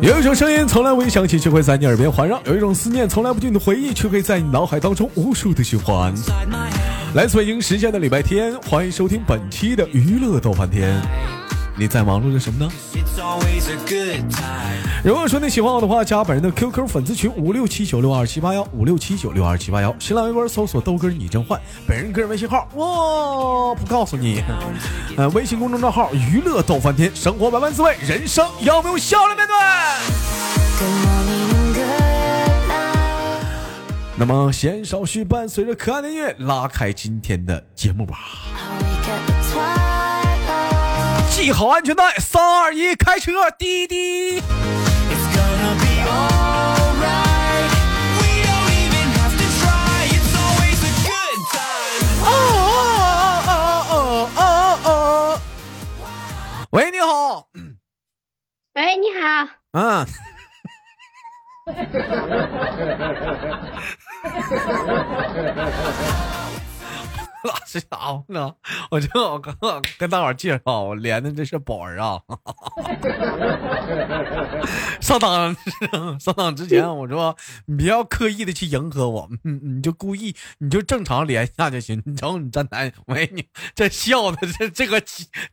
有一种声音从来未响起，却会在你耳边环绕；有一种思念从来不去的回忆，却会在你脑海当中无数的循环。来自北京时间的礼拜天，欢迎收听本期的娱乐豆翻天。你在忙碌着什么呢？如果说你喜欢我的话，加本人的 QQ 粉丝群五六七九六二七八幺五六七九六二七八幺，新浪微博搜索豆哥你真坏，本人个人微信号我不告诉你，呃，微信公众账号娱乐逗翻天，生活百般滋味，人生要不用笑来面对。那么闲少叙，伴随着可爱的音乐，拉开今天的节目吧。系好安全带，三二一，开车，滴滴。哦哦喂，你好。喂，你好。嗯。 老师啥呢？我正好跟跟大伙介绍，我连的这是宝儿啊。 上当上当之前，我说你不要刻意的去迎合我，嗯，你就故意，你就正常连一下就行。你瞅你站台，喂你这笑的这这个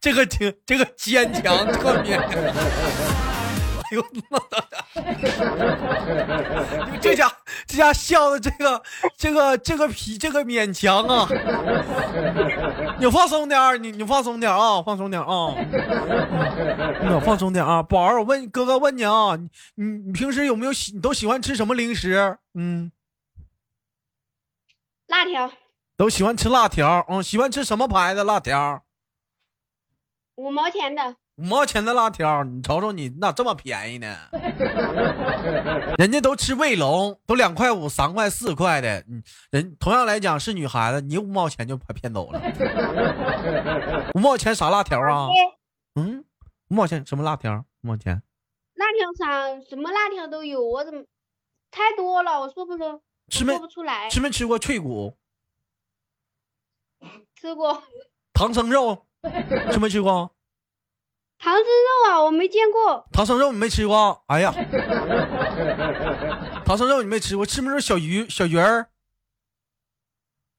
这个这这个坚强特别。哎呦我的！这家这家笑的这个这个这个皮这个勉强啊！你放松点儿，你你放松点儿啊，放松点儿啊！你放松点儿啊！宝儿，我问哥哥问你啊，你你平时有没有喜你都喜欢吃什么零食？嗯，辣条。都喜欢吃辣条，嗯，喜欢吃什么牌子辣条？五毛钱的。五毛钱的辣条，你瞅瞅你咋这么便宜呢？ 人家都吃卫龙，都两块五、三块、四块的。嗯人同样来讲是女孩子，你五毛钱就把骗走了。 五毛钱啥辣条啊？哎嗯，五毛钱什么辣条？五毛钱？辣条厂什么辣条都有，我怎么太多了？我说不出，吃没说不出来。吃没吃过脆骨？吃过。唐僧肉吃没吃过？唐僧肉啊，我没见过。唐僧肉你没吃过？哎呀， 唐僧肉你没吃过？吃没吃小鱼小鱼儿？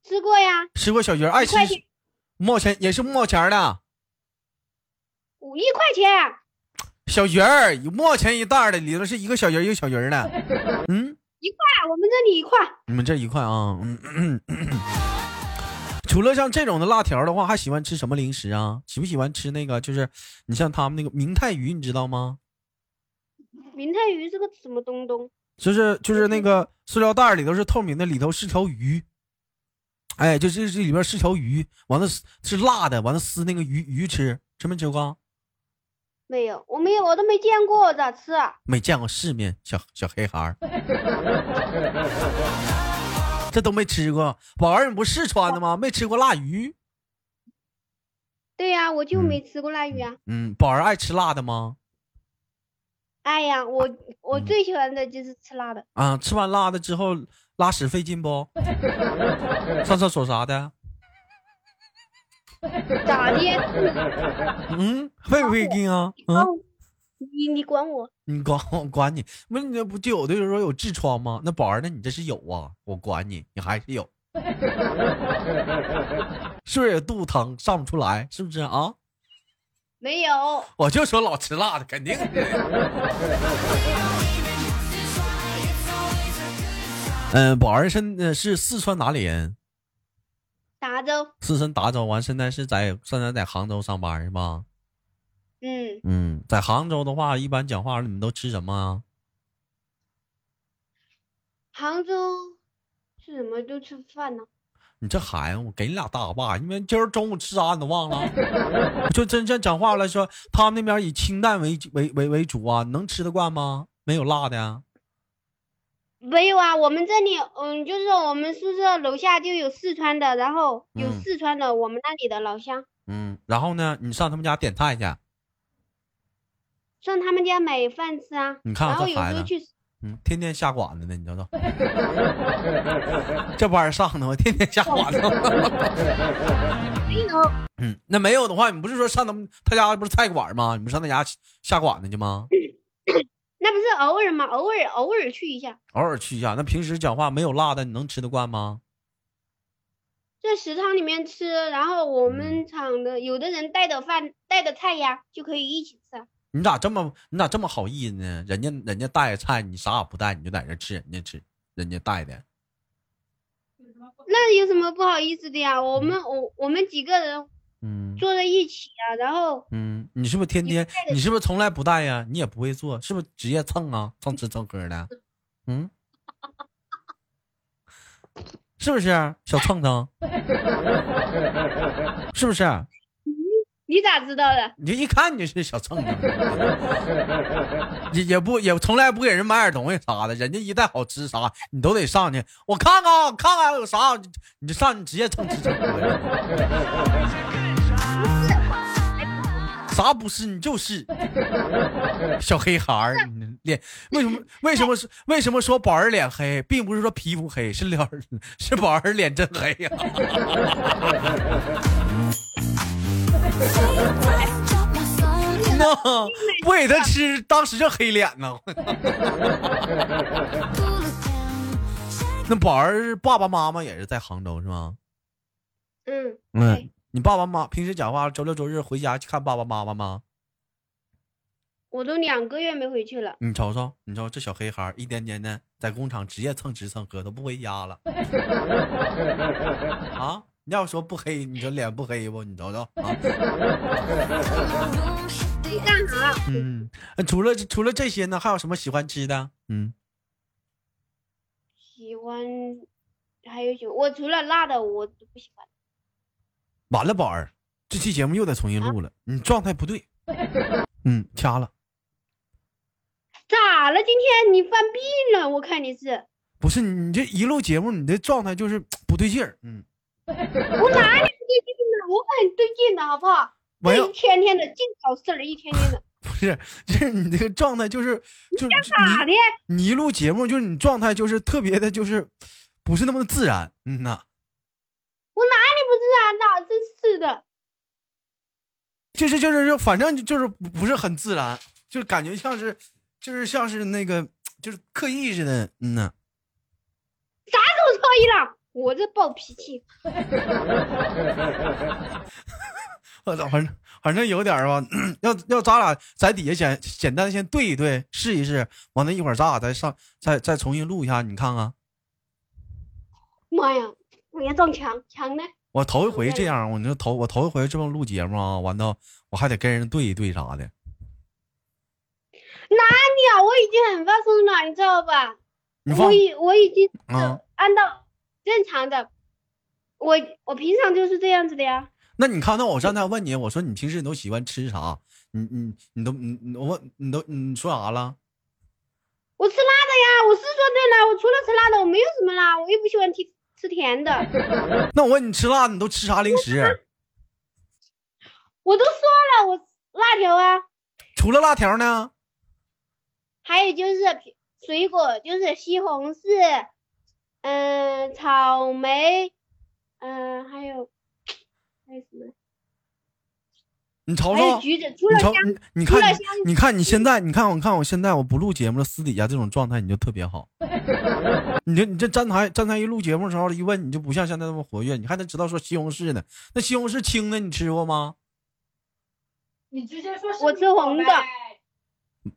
吃过呀。吃过小鱼儿，爱吃。五毛钱也是五毛钱的。五一块钱。哎小鱼儿五毛钱一袋的，里头是一个小鱼儿一个小鱼儿的。嗯，一块，我们这里一块。你们这一块啊？嗯嗯嗯。除了像这种的辣条的话，还喜欢吃什么零食啊？喜不喜欢吃那个？就是你像他们那个明太鱼，你知道吗？明太鱼是个什么东东？就是就是那个塑料袋里头是透明的，里头是条鱼。哎，就是这里边是条鱼，完了是辣的，完了撕那个鱼鱼吃，吃没吃过？没有，我没有，我都没见过，咋吃？啊？没见过世面，小小黑孩儿。 这都没吃过，宝儿，你不四川的吗？没吃过辣鱼？对呀、啊，我就没吃过辣鱼啊。嗯，宝儿爱吃辣的吗？爱、哎、呀，我我嗯最喜欢的就是吃辣的。啊，吃完辣的之后拉屎费劲不？ 上厕所啥的？咋的？嗯，费不费劲啊？嗯。你你管我？你管我管你？不是你不就有的人说有痔疮吗？那宝儿，那你这是有啊？我管你，你还是有， 是不是肚疼上不出来？是不是啊？没有，我就说老吃辣的，肯 定。嗯，宝儿是是四川哪里人？达州。四川达州，完现在是在现在在杭州上班是吧？嗯嗯，在杭州的话，一般讲话你们都吃什么啊？杭州吃什么就吃饭呢、啊？你这孩子，我给你俩大巴！你们今儿中午吃啥你都忘 了？就真正讲话了，说他们那边以清淡为为为为主啊，能吃得惯吗？没有辣的、啊？没有啊，我们这里嗯，就是我们宿舍楼下就有四川的，然后有四川的，嗯、我们那里的老乡。嗯，然后呢，你上他们家点菜去。上他们家买饭吃啊！你看这孩子，嗯，天天下馆子呢，你知道？ 这班上的我天天下馆子。 没有。嗯，那没有的话，你不是说上他们他家不是菜馆吗？你不上他家下馆子去吗？那不是是偶尔嘛，偶尔偶尔去一下。偶尔去一下。那平时讲话没有辣的，你能吃得惯吗？在食堂里面吃，然后我嗯们厂的有的人带的饭带的菜呀，就可以一起吃啊。你咋这么你咋这么好意思呢？人家人家带菜，你啥也不带，你就在这吃人家吃人家带的。那有什么不好意思的呀？我们我我们几个人嗯坐在一起啊，然后嗯，你是不是天天带的你是不是从来不带呀？你也不会做，是不是直接蹭啊蹭吃蹭喝的？嗯，是不是啊小蹭蹭？是不啊是？你咋知道的？你一看你就是小蹭蹭，也也不也从来不给人买点东西啥的，人家一带好吃啥，你都得上去，我看看看看有啥，你就上去直接蹭吃蹭喝，啥不是你就是小黑孩儿，你脸为什么为什么说为什么说宝儿脸黑，并不是说皮肤黑，是脸是宝儿脸真黑啊呀、那不给他吃，当时就黑脸呢。 那宝儿爸爸妈妈也是在杭州是吗？嗯，嗯对，你爸爸妈妈平时讲话，周六周日回家去看爸爸妈妈吗？我都两个月没回去了。你瞅瞅，你瞅这小黑孩儿一天天的在工厂直接蹭吃蹭喝，都不回家了。啊，你要说不黑，你说脸不黑不？你瞅瞅啊，干啥？ 嗯，除了除了这些呢，还有什么喜欢吃的？嗯，喜欢还有酒，我除了辣的我都不喜欢。完了，宝儿，这期节目又得重新录了，你状态不对。嗯，掐了。咋了？今天你犯病了？我看你是。不是你这一录节目，你的状态就是不对劲儿。嗯，我哪里不对劲了？我很对劲的，好不好？我没有一天天的净找事儿，一天天的，不是， 就是你这个状态就是就是咋的？你你一录节目，就是你状态就是特别的，就是不是那么自然。嗯呐，我哪里不自然了？真是的，就是就是就反正就是不是很自然，就是感觉像是就是像是那个就是刻意似的。嗯呐，我错意了，我这暴脾气，我操，反正反正有点儿吧。要要咱俩在底下简简单先对一对，试一试。完了，一会儿咱俩再上再再重新录一下，你看看。妈呀！我要撞墙，墙呢？我头一回这样，我就头我头一回这么录节目啊，完到我还得跟人对一对啥的。哎呀，我已经很放松了，你知道吧？你放我已我已经啊？按照正常的，我我平常就是这样子的呀。那你看，那我刚才问你，我说你平时你都喜欢吃啥？你你你都你你我问你都你说啥了？我吃辣的呀，我是说对了，我除了吃辣的，我没有什么辣，我又不喜欢吃吃甜的。那我问你吃辣，你都吃啥零食？我都说了，我辣条啊，除了辣条呢？还有就是苹水果，就是西红柿，嗯、草莓，嗯、还有还有什么？你瞅还有瞅，橘子，哎除了你瞅香，你你除看了你香，你看你现在，你看我看我现在我不录节目了，私底下这种状态你就特别好。 你这你这站台站台一录节目的时候一问，你就不像现在那么活跃，你还能知道说西红柿呢？那西红柿青的你吃过吗？你直接说是我吃红的呗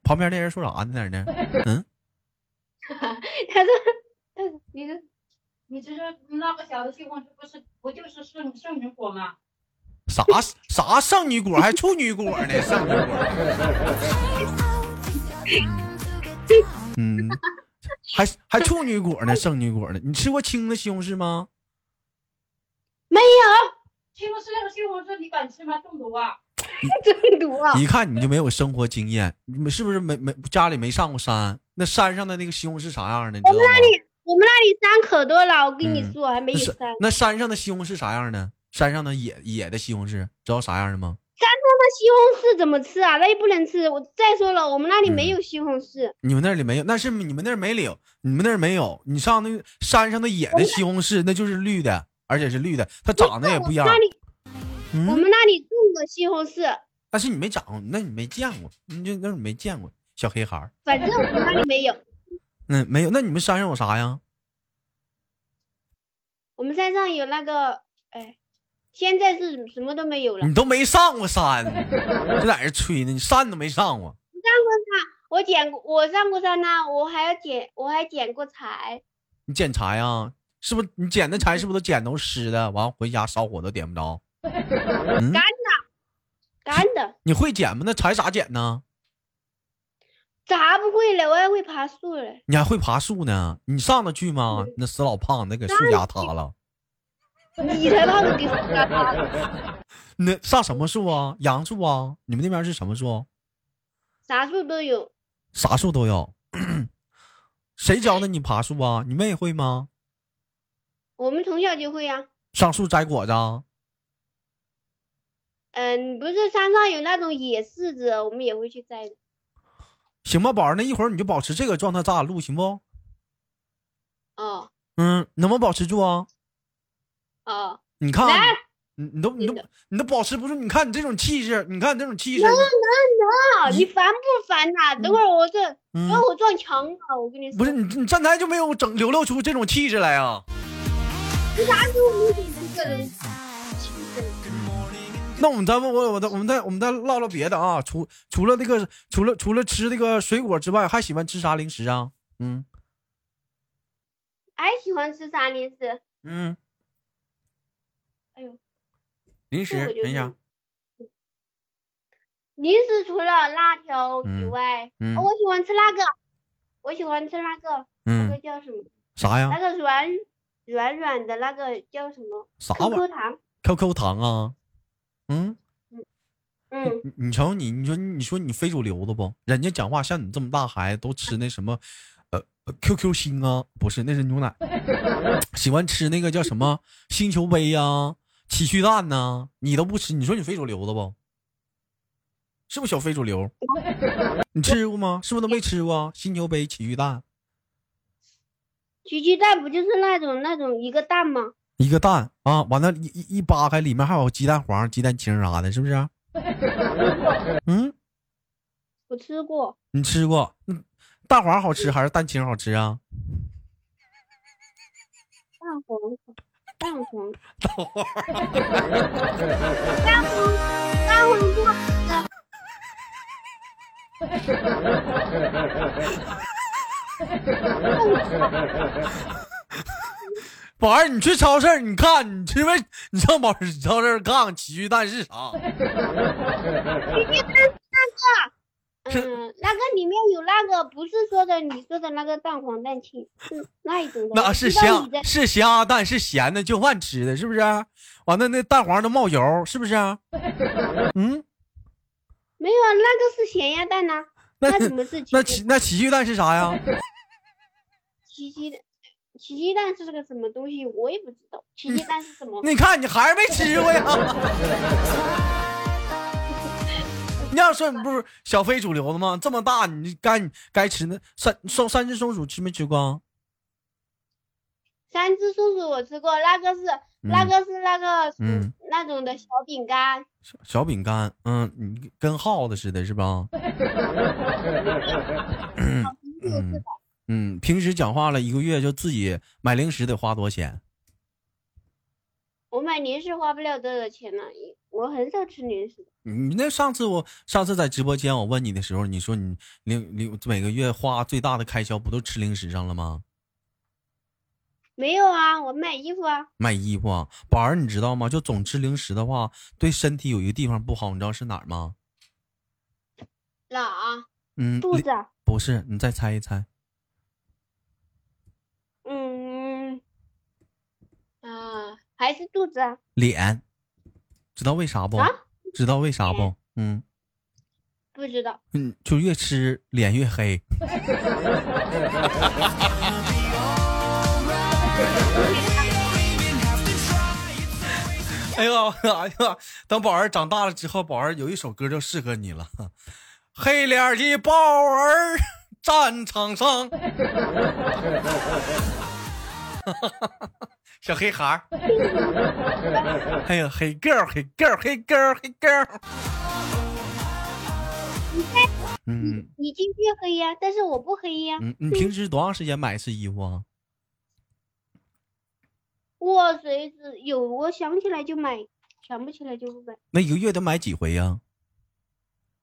旁边那人说啥呢？在那儿呢？他说，他说你说你直接那个小的西红柿不是不就是圣圣女果吗？啥啥剩女果还处女果呢？剩女果， 嗯，还还处女果呢？剩女果呢？你吃过青的西红柿吗？没有西红柿那个西红柿你敢吃吗？中毒啊！中毒啊，一看你就没有生活经验，你们是不是没没家里没上过山？那山上的那个西红柿啥样的？你知道吗？我们那里山可多了，我跟你嗯说，还没那有是山。那山上的西红柿啥样呢？山上的野野的西红柿，知道啥样的吗？那西红柿怎么吃啊？那也不能吃。我再说了，我们那里没嗯有西红柿，你们那里没有，那是你们那儿没有，你们那儿没有。你上那个山上的野的西红柿，那就是绿的，而且是绿的，它长得也不一样我。们那里我嗯，们那里种的西红柿，但是你没长过，那你没见过，你就那你没见过。小黑孩儿。反正我们那里没有，嗯，没有。那你们山上有啥呀？我们山上有那个，哎，现在是什么都没有了。你都没上过山， 你在这吹呢？你山都没上过。我捡过，我上过山呐、我还要捡，我还捡过柴。你捡柴啊？是不是你捡的柴是不是都捡都湿的？完回家烧火都点不着。嗯，干的，你会捡吗？那柴咋捡呢？咋不会了？我还会爬树嘞。你还会爬树呢？你上得去吗？那死老胖子给树压塌了。你才把我给吓趴了。那上什么树啊？杨树啊？你们那边是什么树？啥树都有，啥树都有。 谁教的你爬树啊？你妹会吗？我们从小就会呀、上树摘果子啊？嗯，不是山上有那种野柿子，我们也会去摘的。行吧，宝儿，那一会儿你就保持这个状态，咱俩录行不？哦嗯，能不能保持住啊？哦，你看来，你你都你都真你都保持不住，你看你这种气势，你看你这种气势，啊，你烦不烦呐、等会儿我这，等嗯会，儿我撞墙了，我跟你说。不是你你站台就没有整流露出这种气势来啊？一个人，那我们再问我我再我们再我们再唠唠别的啊，除除了这个除了除了吃这个水果之外，还喜欢吃啥零食啊？嗯还哎喜欢吃啥零食？嗯，哎呦，零这食我就等一下是，零食除了辣条以嗯外，嗯哦我喜欢吃那个，我喜欢吃那个，那个嗯，叫什么？啥呀那？个软软软的那个叫什么啥玩意儿？QQ 糖。 ？QQ 糖啊？嗯，嗯，你你瞅你，你说你说你非主流的不？人家讲话像你这么大孩子都吃那什么，呃呃，QQ 星啊，不是，那是牛奶， 喜欢吃那个叫什么星球杯呀、奇趣蛋呐、你都不吃，你说你非主流的不？是不是小非主流？你吃过吗？是不是都没吃过啊星球杯、奇趣蛋？奇趣蛋不就是那种那种一个蛋吗？一个蛋啊，完了，一一一扒开，里面还有鸡蛋黄、鸡蛋清啥的，是不是？ 嗯，我吃过，你吃过？嗯，蛋黄好吃还是蛋清好吃啊？蛋黄蛋 黄蛋黄。 蛋黄多，宝儿，你去超市儿，你看，你去没？你上宝儿超市儿看看奇趣蛋是啥？嗯，那个里面有那个不是说的你说的那个蛋黄蛋清，是那一种的。那我是知道虾你在，是虾蛋，是咸的，就饭吃的，是不是？完了，那蛋黄都冒油，是不是？嗯，没有啊，那个是咸鸭蛋呐、那那怎么是那奇奇那奇趣蛋是啥呀？奇迹的？奇迹蛋是个什么东西？我也不知道。奇迹蛋是什么？你看，你还是没吃过呀？ 你要说你不是小非主流的吗？这么大，你该该吃那三松三只松鼠吃没吃过啊？三只松鼠我吃过，那个是、那个是那个嗯那种的小饼干，小小饼干，嗯，你跟耗子似的，是吧？嗯嗯，平时讲话了一个月就自己买零食得花多少钱？我买零食花不了多少钱呢，我很少吃零食。你那上次我上次在直播间我问你的时候，你说你零零每个月花最大的开销不都吃零食上了吗？没有啊，我买衣服啊，买衣服啊，宝儿你知道吗？就总吃零食的话，对身体有一个地方不好，你知道是哪儿吗？哪啊？嗯，肚里子啊？不是，你再猜一猜，嗯啊，还是肚子啊？脸，知道为啥不？啊知道为啥不？嗯。不知道。嗯，就越吃脸越黑。 哎呀，哎呀，等宝儿长大了之后，宝儿有一首歌就适合你了，《黑脸儿的宝儿战场上》。 小黑孩儿，哎呀，黑 girl，黑 girl，黑 girl，黑 girl。嗯你今天黑呀，但是我不黑呀。嗯，你平时多长时间买一次衣服啊？我随时有，我想起来就买，想不起来就不买，那一个月得买几回呀、啊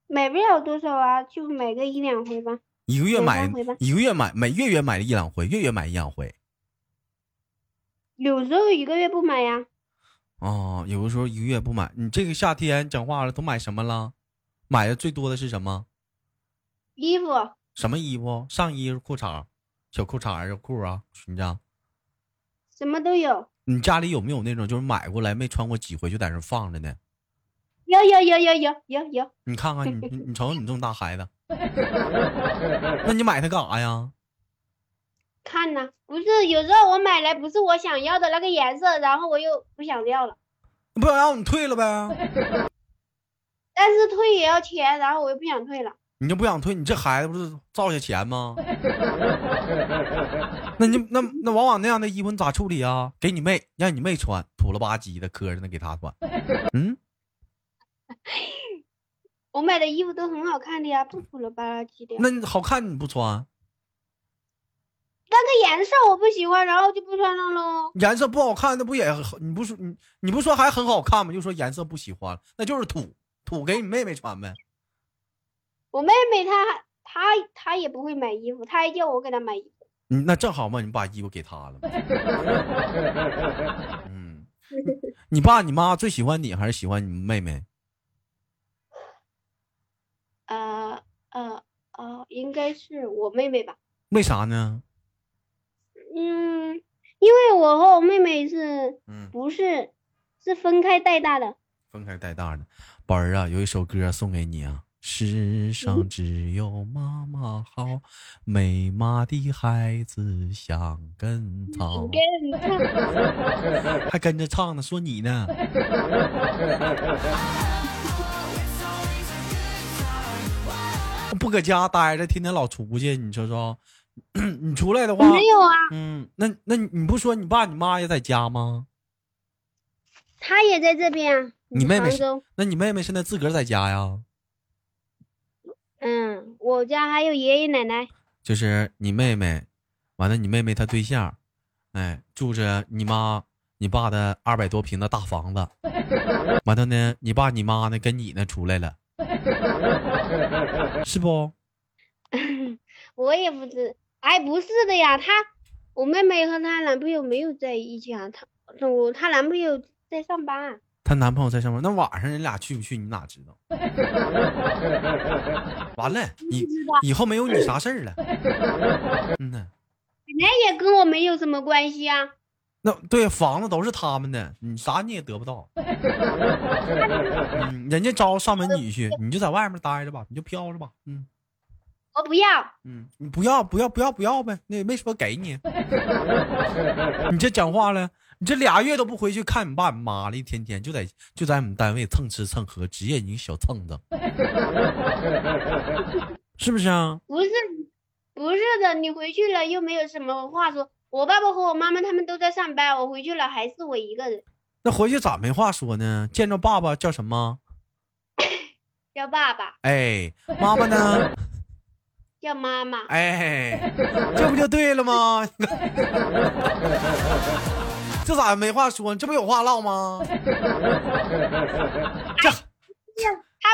买不了多少啊，就买个一两回吧。一个月回买吧回吧一个月买每月月买一两回，月月买一两回。有时候一个月不买呀、哦，有的时候一个月不买。你这个夏天讲话了，都买什么了？买的最多的是什么？衣服、什么衣服？上衣、裤衩、小裤衩儿、小裤啊、裙子啊。什么都有。你家里有没有那种就是买过来没穿过几回就在那儿放着呢？有有有有有有有，你看看你，你你瞅瞅你这么大孩子，那你买它干啥呀？看呐、不是有时候我买来不是我想要的那个颜色，然后我又不想要了，不想让你退了呗？但是退也要钱，然后我又不想退了。你就不想退，你这孩子不是造下钱吗？ 那你那那往往那样的衣服你咋处理啊？给你妹，让你妹穿，土了吧唧的磕碜的给她穿。嗯，我买的衣服都很好看的呀，不土了吧唧的呀。那你好看你不穿，那个颜色我不喜欢，然后就不穿了喽。颜色不好看，那不也很你不说你你不说还很好看吗？就说颜色不喜欢，那就是土土给你妹妹穿呗。我妹妹她她她也不会买衣服，她还叫我给她买衣服。嗯，那正好嘛，你把衣服给她了嘛。嗯，你爸你妈最喜欢你还是喜欢你妹妹？呃呃呃，应该是我妹妹吧。为啥呢？嗯，因为我和我妹妹是嗯，不是是分开带大的？分开带大的。宝儿啊，有一首歌送给你啊。世上只有妈妈好，没妈的孩子像根草你。跟你看，还跟着唱呢，说你呢。 不搁家待着，天天老出去，你说说， 你出来的话，没有啊，嗯，那那你你不说你爸你妈也在家吗？她也在这边啊。你妹妹杭是州？那你妹妹现在自个儿在家呀？嗯，我家还有爷爷奶 奶。就是你妹妹，完了你妹妹她对象，哎，住着你妈你爸的二百多平的大房子，完了呢，你爸你妈呢跟你呢出来了，是不？我也不知，哎，不是的呀，她，我妹妹和她男朋友没有在一起啊，她，我她男朋友在上班啊、她男朋友在上班，那晚上人俩去不去你哪知道？ 完了，以以后没有你啥事儿了。嗯呐，本来也跟我没有什么关系啊。那对房子都是他们的，你啥你也得不到。嗯，人家招上门女婿，你就在外面待着吧，你就飘着吧。嗯我不要，嗯，你不要不要不要不要呗，那也没说给你。 你这讲话了，你这俩月都不回去看你爸你妈了，一天天就在就在我们单位蹭吃蹭喝，职业你小蹭蹭， 是不是啊？不是，不是的，你回去了又没有什么话说。我爸爸和我妈妈他们都在上班，我回去了还是我一个人。那回去咋没话说呢？见着爸爸叫什么？叫爸爸，哎，妈妈呢？叫妈妈。哎，这不就对了吗？这咋没话说呢？这不有话唠吗？ 这他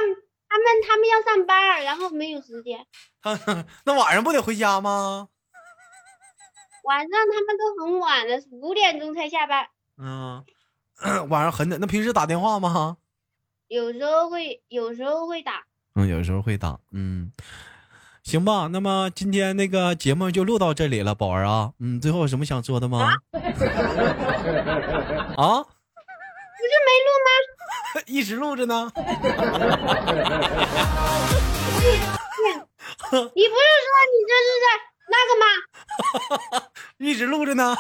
们、他们、他们要上班啊儿，然后没有时间。他那晚上不得回家吗？晚上他们都很晚了，五点钟才下班。嗯， 晚上很点。那平时打电话吗？有时候会，有时候会打。嗯，有时候会打。嗯，行吧。那么今天那个节目就录到这里了，宝儿啊。嗯，最后有什么想说的吗？ 不啊？是没录吗？一直录着呢。你不是说你这是在那个吗？一直录着呢。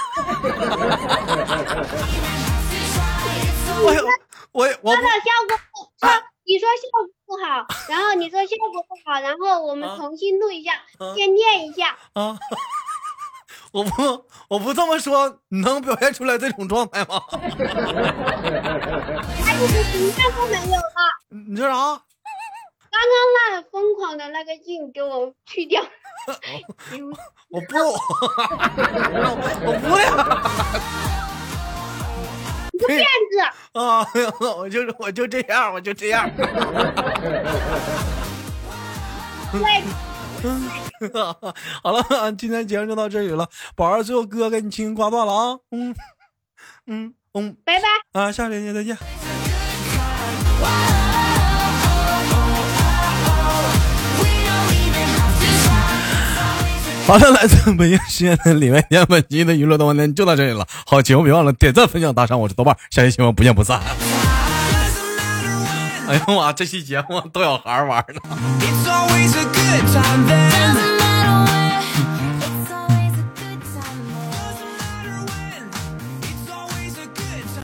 我有我有我说的不效果不啊说你说效果不好，然后你说效果不好，然后我啊们重新录一下，啊先练一下。啊， 我不我不这么说，你能表现出来这种状态吗？哎，你的形象都没有了，你说啥？刚刚那疯狂的那个劲给我去掉。 我不，我不呀骗子，啊！我就我就这样，我就这样。 对，好了，今天节目就到这里了。宝儿，最后哥给你轻轻挂断了啊！嗯嗯嗯拜拜。啊，下链接再见。好了，来自北京时间的礼拜天，本期的娱乐多半天就到这里了。好节目别忘了点赞、分享、打赏。我是豆瓣儿，下期节目不见不散。哎呀妈，这期节目逗小孩儿玩儿呢。 It's always a good time then.